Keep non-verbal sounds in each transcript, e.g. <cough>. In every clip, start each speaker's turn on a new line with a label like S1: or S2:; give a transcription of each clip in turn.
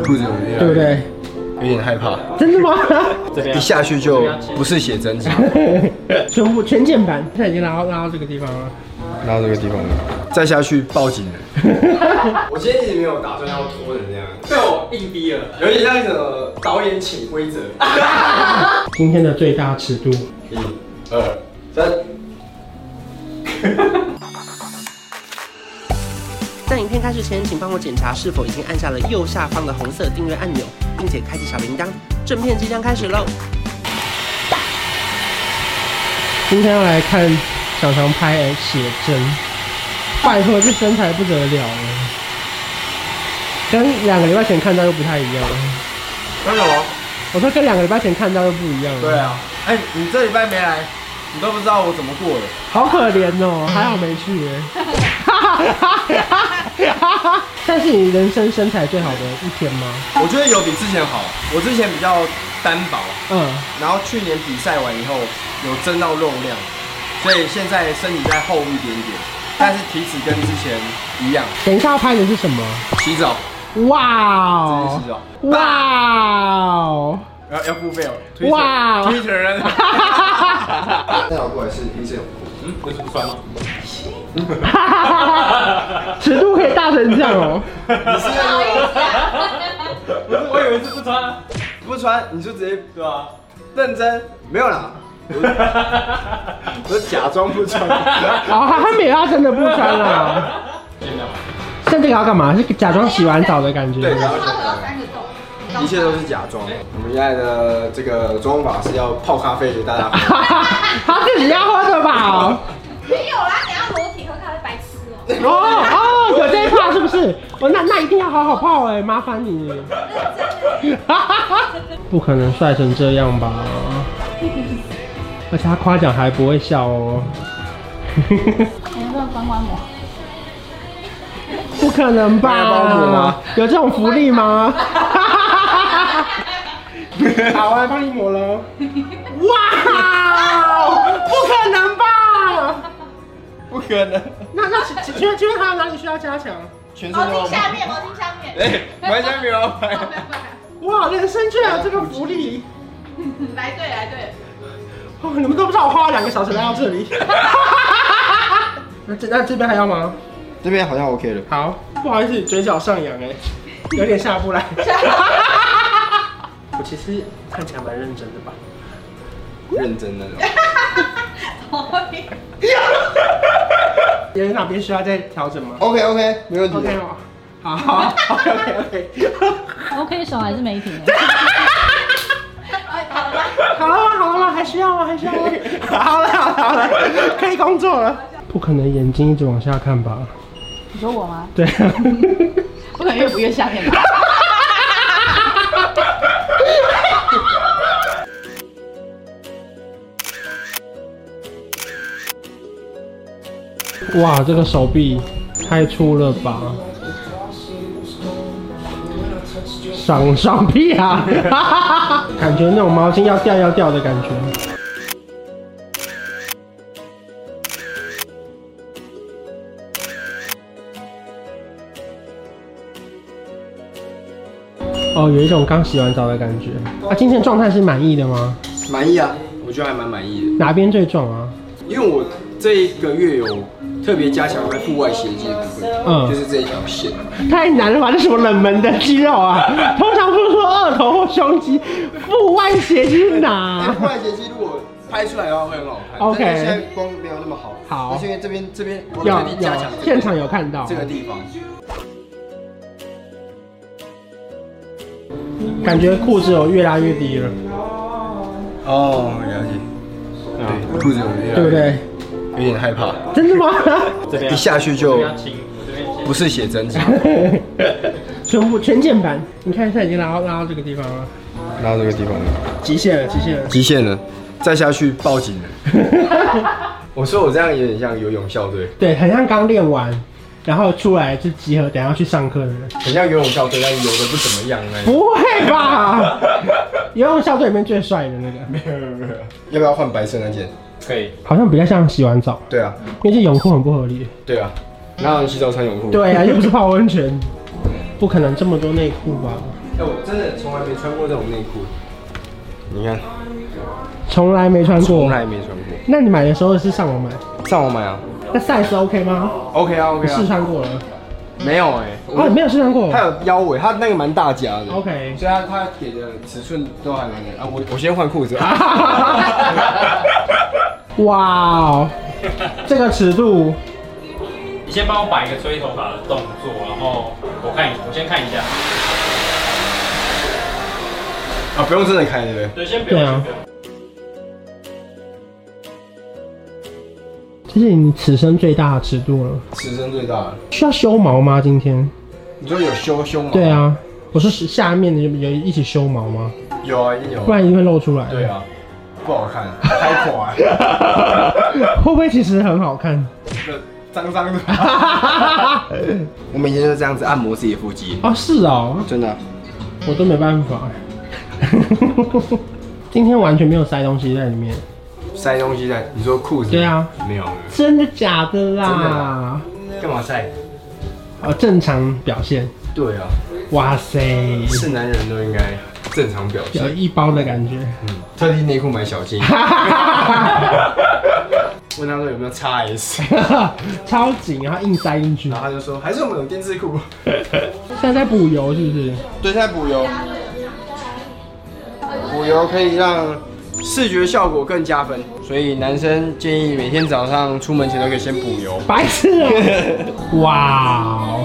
S1: 裤子有点
S2: 对不对？
S1: 有点害怕，
S2: 真的 <laughs> 吗？
S3: 这边
S1: 一下去就不是写 <laughs> 真集，
S2: 全部全键盘，现在已经拉到拉到这个地方了。
S1: 然后这个地方再下去报警 <laughs> 了。我今天一直没有打算要拖成这样，
S3: 被我硬逼了。
S1: 有点像一种导演潜规则。
S2: 今天的最大尺度，
S1: 一、二、三。
S4: 在影片开始前，请帮我检查是否已经按下了右下方的红色订阅按钮，并且开启小铃铛。正片即将开始喽！
S2: 今天要来看小强拍写真，拜托这身材不得了了，跟两个礼拜前看到又不太一样了。
S1: 为什么？
S2: 我说跟两个礼拜前看到又不一样了。
S1: 对，啊，哎、你这礼拜没来，你都不知道我怎么过的。
S2: 好可怜
S3: <laughs>
S2: 哦，还好没去耶。但是你人生身材最好的一天吗？
S1: 我觉得有比之前好，我之前比较单薄，
S2: 嗯，
S1: 然后去年比赛完以后有增到肉量，所以现在身体再厚一点点，但是体脂跟之前一样。
S2: 等一下要拍的是什么？
S1: 洗澡，
S2: 哇
S1: 真的
S2: 哦
S1: 洗，澡，
S2: 哇哦， <laughs>
S1: 要要付费哦。
S2: 哇
S1: 推责任。 <laughs>
S2: 那
S1: 倒过来是林志勇，
S3: 嗯，这是不酸吗？
S2: <laughs> 尺度可以大成这样哦。
S3: 不好意思啊，不是，我以为是不穿啊，
S1: 不穿你就直接
S3: 对吧？
S1: 认真，没有
S2: <laughs>
S1: 啦，我是假装不穿。
S2: 哦，他他没有，他真的不穿啊啦。
S3: 真的吗？
S2: 像这个要干嘛？是假装洗完澡的感觉。
S1: 对，然后
S5: 他们要三个洞，
S1: 一切都是假装。我们现在的这个妆法是要泡咖啡给大家喝。
S2: <laughs> 他自己要喝的
S3: <laughs>
S2: 吧？
S5: 没有啦，等下裸体喝咖啡白痴哦、
S2: <laughs> 哦哦，有这一趴是不是？哦，那那一定要好好泡哎，麻烦你。 <laughs> 不可能帅成这样吧？而且他夸奖还不会笑哦。 <laughs>
S5: 你能不能帮帮我？
S2: 不可能吧？
S1: 有包裹吗
S2: 有这种福利吗？ <laughs>
S1: <laughs>
S2: 好，我来帮你抹 <laughs> 喽。哇，不可能吧？
S1: 不可能，
S2: 那那请请请问请问还有哪里需要加强？
S1: 全
S5: 毛
S1: 身都
S5: 巾
S1: 要
S5: 下
S1: 拍。
S5: 面，毛巾下面。哦
S1: 哎，完全没有要拍。
S5: <laughs>
S2: 哇，人生居然有这个福利！
S5: 来对来对， <laughs>
S2: 哦， <laughs> 你们都不知道我花了两个小时来到这里。 <laughs> 那这那这边还要吗？
S1: 这边好像 OK 了。
S2: 好，不好意思，嘴角上扬哎、 <laughs> 有点下 <laughs> 不来。我其实看起来蛮认真的 <laughs> 吧？
S1: 认真的，
S2: 有哪边需要再调整吗
S1: OK OK，没问题。
S2: ？OK 哦，好好，OK OK OK。
S6: OK 手还是没停。
S5: 哎，好了吗？
S2: <laughs> 好了吗？好了吗？还需要吗？啊还需要吗？好了好了好了，可以工作了。不可能眼睛一直往下看吧？
S6: 你说我吗？
S2: 对啊。
S6: <laughs> 不可能越补越下面吧？
S2: <laughs> 哇，这个手臂太粗了吧！
S6: <laughs>
S2: 赏赏屁啊！ <laughs> 感觉那种毛巾要掉要掉的感觉。哦，有一种刚洗完澡的感觉。啊，今天状态是满意的吗？
S1: 满意啊，我觉得还蛮满意的，
S2: 哪边最壮啊？
S1: 因为我这一个月有特别加强在腹外斜肌的部分，
S2: 嗯啊
S1: 就是这一条线。
S2: <laughs> 太难了吧？这什么冷门的肌肉 <laughs> 啊？通常不是说二头或胸肌，腹外斜啊肌是哪？
S1: 腹外斜肌如果拍出来的话会很好看
S2: OK
S1: 但是现在光没有那么好。
S2: 好
S1: 那是因为这边这边我
S2: 有
S1: 特地
S2: 有
S1: 加强这，个
S2: 现场有看到
S1: 这，个地方，
S2: <laughs> 感觉裤子有越拉越低了，
S1: 哦，了解。对，裤子有
S2: 啊对不？对？啊
S1: 有点害怕，
S2: 真的吗？ <laughs>
S3: 这边
S1: 一下去就
S3: 这边要亲，我这边亲。
S1: 不是写真集，
S2: 啊全部全键盘，你看现在已经拉到拉到这个地方了，
S1: 然后这个地方
S2: 极限了，极限了。
S1: 极限了，再下去报警了。我说我这样有点像游泳校队，
S2: <laughs> 对，很像刚练完，然后出来就集合，等下要去上课的人。
S1: 很像游泳校队，但游的不怎么样那种。
S2: 不会吧？ <laughs> 游泳校队里面最帅的那个，
S1: 要不要换白色那件？
S3: 可以，
S2: 好像比较像洗完澡，
S1: 对啊，
S2: 因为这泳裤很不合理。
S1: 对啊，哪有人洗澡穿泳裤？
S2: <laughs> 对啊，又不是泡温泉，不可能这么多内裤吧？
S1: 哎，我真的从来没穿过这种内裤，你看，
S2: 从来没穿过
S1: 从。来没穿过。
S2: 那你买的时候是上网买？
S1: 上网买啊
S2: 那 size OK 吗？
S1: ？OK 啊，OK
S2: 试
S1: 啊，
S2: 穿过了。
S1: 没有哎，
S2: 哦，你没有试穿过
S1: 它有腰围，它那个蛮大夹的。
S2: ？OK。
S1: 哦所以它它给的尺寸都还蛮啊，我我先换裤 <laughs> 子。啊
S2: 哇哦，这个尺度，
S3: 你先帮我摆一个吹头发的动作，然后我看，我先看一下。
S1: 啊，不用真的开对不对？
S3: 对，先不要。
S2: 对啊
S3: 先不要
S2: 这是你此生最大的尺度了。
S1: 尺寸最大的，
S2: 需要修毛吗？今天？
S1: 你说有修胸吗？
S2: 对，啊，我说是下面的有有一起修毛吗？
S1: 有啊，一定有
S2: 不。然一定会露出来。
S1: 对， <laughs> 啊，不好看，开 <laughs> 垮，
S2: 会不会其实很好看？
S1: 脏脏的。 <laughs> 我每天就这样子按摩自己的腹肌，
S2: 哦，是哦，
S1: 真的。
S2: 我都没办法。今天完全没有塞东西在里面，
S1: 塞东西在，你说裤子？
S2: 对啊，
S1: 没有，
S2: 真的假的
S1: 真的
S2: 啦
S1: 啦？干嘛塞？
S2: 呃，正常表现。
S1: 对啊，
S2: 哇塞，
S1: 是男人都应该正常表
S2: 有
S1: 现。
S2: 一包的感觉。 <laughs>
S1: 嗯，特地内裤买小金。 <laughs> 问他说有没有 XS，
S2: 超紧，然后硬塞进去。
S1: 然后他就说还是我们有电视裤。
S2: 现在在补油是不是？
S1: 对，在补油，补油可以让视觉效果更加分，所以男生建议每天早上出门前都可以先补油。
S2: 白痴啊！ <laughs> 哇哦！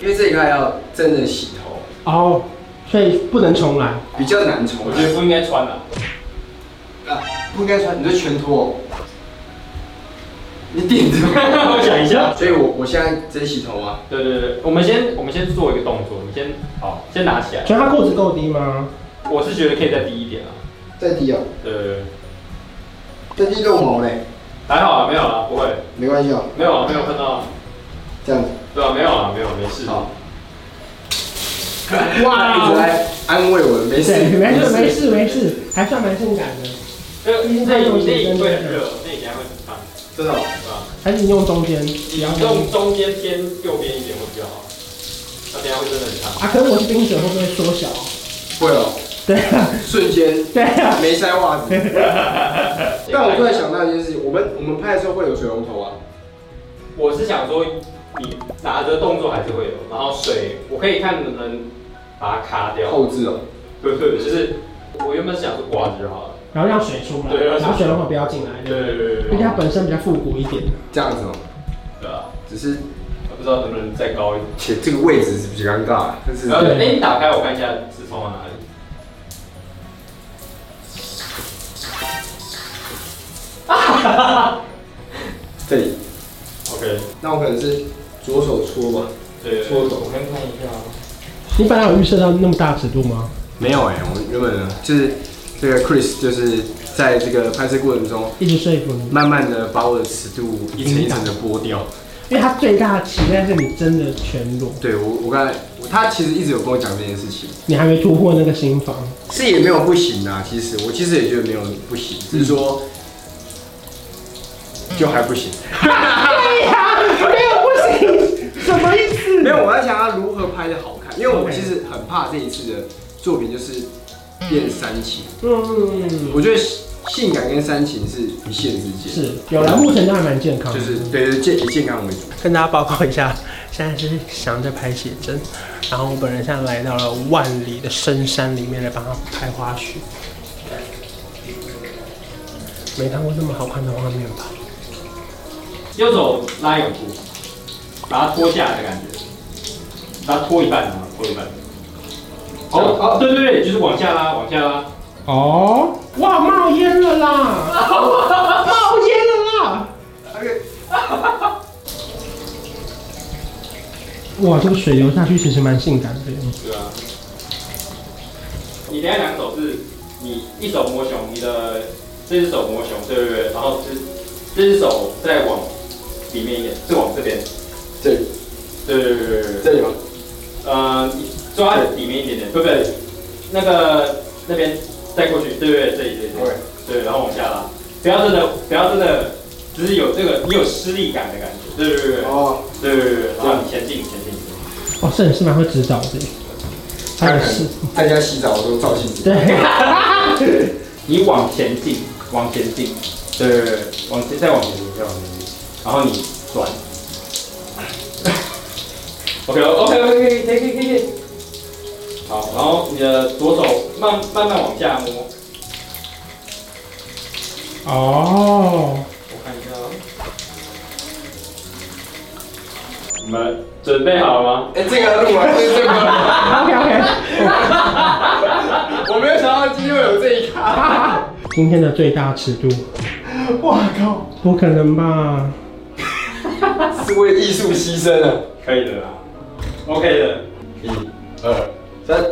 S1: 因为这一块要真的洗头，
S2: 哦，所以不能重来。
S1: 比较难冲。
S3: 我觉得不应该穿了。
S1: 啊，不应该穿，你就全脱。你点着，
S3: 我想一下
S1: 所以我我现在直接洗头啊，
S3: 对对对，我们先我们先做一个动作，你先好，先拿起来。
S2: 所以他裤子够低吗？
S3: 我是觉得可以再低一点啊。
S1: 再滴哦，
S3: 对对对，
S1: 再滴肉毛嘞，
S3: 还好啊，没有啊，不会，
S1: 没关系哦，
S3: 没有啊，没有碰到啊，
S1: 这样子。
S3: 对啊，没有啊，没有，没事。 <laughs>
S1: 好一直来安慰我，没事，
S2: 对，没事没。事没事，还算蛮性感的。
S3: 那个那一那一会很热，那一等下会很烫，
S1: 真的哦，
S3: 对吧？
S2: 还是你用中间，不要
S3: 用中间偏右边一点会比较好，那等一下会真的很烫。
S2: 啊，可是我是冰水，会不会缩小？啊
S1: 会哦，
S2: 对啊，
S1: 瞬间
S2: 对啊。
S1: 没塞袜子。但我突然想到一件事情，我们我们拍的时候会有水龙头啊，
S3: 我是想说，你拿着动作还是会有，然后水我可以看能不能把它卡掉。
S1: 后置哦。
S3: 对对，对就是我原本是想说刮子就好了。
S2: 然后让水出来，
S3: 对让水出来
S2: 然后水龙头不要进来，
S3: 对对对对
S2: 因为它
S3: 对。
S2: 本身比较复古一点。
S1: 这样子哦，
S3: 对啊，
S1: 只是
S3: 我不知道能不能再高一点。
S1: 且这个位置是比较尴尬，但是
S3: 然后哎，你打开我看一下是冲到哪里。
S1: 这里，
S3: OK，
S1: 那我可能是左手搓吧，
S3: 对，
S1: 搓头
S3: 我先看一下。
S2: 你本来有预设到那么大尺度吗？
S1: 没有哎、我原本就是这个 Chris 就是在这个拍摄过程中，
S2: 一直说服你，
S1: 慢慢的把我的尺度一层一层的剥掉。
S2: 因为它最大的期待是你真的全裸，
S1: 对我，我刚才他其实一直有跟我讲这件事情，
S2: 你还没突破那个心房。
S1: 是也没有不行啊，其实我其实也觉得没有不行，只是说就还不行。
S2: 对呀，没有不行，什么意思？
S1: <laughs> 没有，我在想要如何拍的好看，因为我其实很怕这一次的作品就是变煽情。
S2: 嗯，
S1: 我觉得性感跟煽情是一线之间，
S2: 是有了，目前都还蛮健康的。
S1: 就是对对健以健康为主。
S2: 跟大家报告一下， <laughs> 现在是想在拍写真，然后我本人现在来到了万里的深山里面来帮他拍花絮。没看过这么好看的画面吧？
S3: 右手拉泳裤，把它脱下来的感觉，把它脱一半，脱一半。哦哦，对对对，就是往下拉，往下拉。
S2: 哦，哇，冒烟了啦！冒烟了啦！ <laughs> 哇，这个水流下去其实蛮性感的耶。
S3: 对啊。你等一下两手是，你一手摸胸，你的这只手摸胸，对对对，然后是这只手再往里面一点，是往这边，
S1: 这里
S3: 对对对对对对。
S1: 这里吗？
S3: 呃，你抓里面一点点，对不对？那个那边再过去，对对对，这里这里这里
S1: OK，
S3: 对，然后往下拉，不要真的不要真的，只是有这个你有施力感的感觉，对对对对
S1: 哦，
S3: 对对对，然后你前进前进。
S2: 哦，摄影师蛮会指导的耶，他
S1: 看
S2: 也
S1: 看
S2: 是，
S1: 在家洗澡的时候照镜子，
S2: 对，
S3: 你往前进，往前进，对对对，往前再往前进，再往前进，然后你转。OK OK OK 可以可以可以可以。好，然后你的左手慢慢慢往下摸，
S2: 哦，
S3: 我看一下哦。你们准备好了吗？
S1: 哎，这个录完是这个， <laughs> 我没有想到今天会有这一卡，
S2: 今天的最大尺度，
S1: 哇靠，
S2: 不可能吧？
S1: 是为艺术牺牲啊！
S3: 可以的啦，OK 的。
S1: 一、二、三，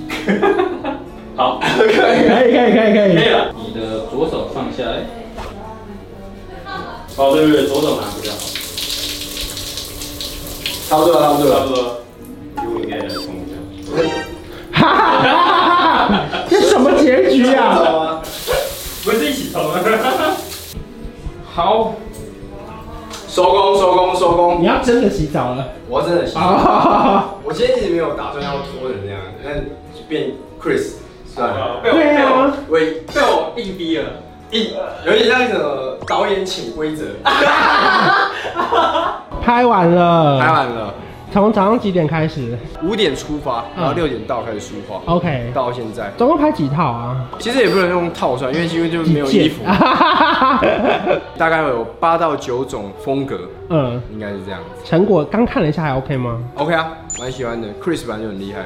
S1: <laughs>
S3: 好，
S1: 可以。
S2: 可以可以可以可
S3: 可
S2: 以
S3: 以，了。你的左手放下来。哦，对对对，左手拿比较好。
S1: 差不多了，差不多
S3: 差
S1: 了。
S3: 不多，我应该来冲一下。
S1: 哎
S2: 这什么结局
S1: <laughs>
S2: 啊？
S1: 啊，
S3: 不是一起冲啊！ <laughs> 好，
S1: <laughs> 收工，收工，收工。
S2: 你要真的洗澡了
S1: 我真的洗，
S2: 啊？
S1: 我今天一直没有打算要拖成这样，但变 Chris 算了，
S3: 被我
S2: 对啊，
S1: 喂，
S3: 被我硬逼了。
S1: 一有点像什么导演请规则。
S2: 拍完了，
S1: 拍，完了，
S2: 从早上几点开始
S1: 五点出发，然后
S2: 嗯
S1: 六点到开始梳化，
S2: ？OK，
S1: 到现在
S2: 总共拍几套啊？
S1: 其实也不能用套穿，因为因为就没有
S2: <laughs>
S1: 衣服，大概有八到九种风格，
S2: 嗯，
S1: 应该是这样子。
S2: 成果刚看了一下还 OK 吗？
S1: OK 啊，蛮喜欢的，Chris 本来就很厉害，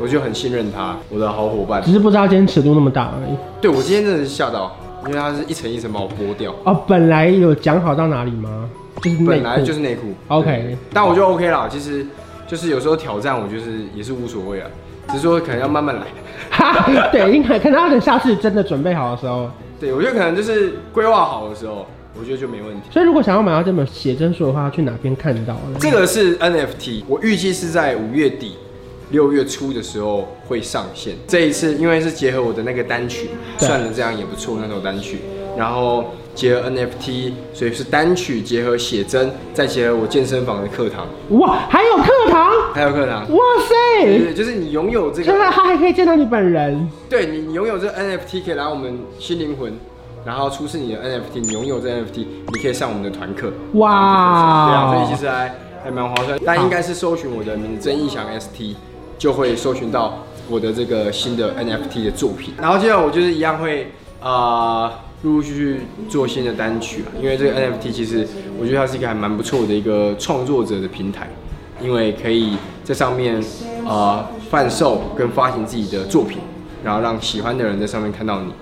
S1: 我就很信任他，我的好伙伴
S2: 只。是不知道今天尺度那么大而已。
S1: 对我今天真的是吓到，因为他是一层一层把我剥掉，
S2: 哦，本来有讲好到哪里吗？就是内
S1: 本
S2: 裤
S1: 来就是内裤。
S2: OK，
S1: 但我就 OK 啦，其实就是有时候挑战我就是也是无所谓啊，只是说可能要慢慢来。 <laughs>
S2: 哈， <laughs> 对，应该可能要等下次真的准备好的时候。
S1: 对，我觉得可能就是规划好的时候，我觉得就没问题。
S2: 所以如果想要买到这本写真书的话，去哪边看到呢？
S1: 这个是 NFT，我预计是在五月底、六月初的时候会上线。这一次因为是结合我的那个单曲，
S2: 对
S1: 算了这样也不错那首单曲，然后结合 NFT，所以是单曲结合写真，再结合我健身房的课堂，
S2: 哇，还有课堂，
S1: 还有课堂。
S2: 哇塞！
S1: 对对，就是你拥有这
S2: <laughs> 所以他
S1: 个，
S2: 他还可以见到你本人，
S1: 对你你拥有这个 NFT 可以来我们新灵魂，然后出示你的 NFT，你拥有这 NFT，你可以上我们的团课。对啊，
S2: 哇！
S1: 所以其实还还蛮划算。但应该是搜寻我的名字曾义祥 ST，就会搜寻到我的这个新的 NFT 的作品。然后接着我就是一样会啊。呃陆陆续续做新的单曲啊，因为这个 NFT 其实我觉得它是一个还蛮不错的一个创作者的平台，因为可以在上面呃贩售跟发行自己的作品，然后让喜欢的人在上面看到你，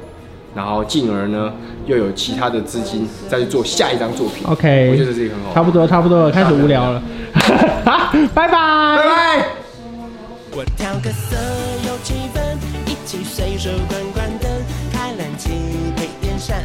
S1: 然后进而呢又有其他的资金再去做下一张作品。
S2: OK，
S1: 我觉得这个很好。
S2: 差不多差不多了，开始无聊了， <laughs> 好，拜拜。
S1: 拜。
S4: 我调个色有气氛，一起随手关关灯，开冷气配电扇，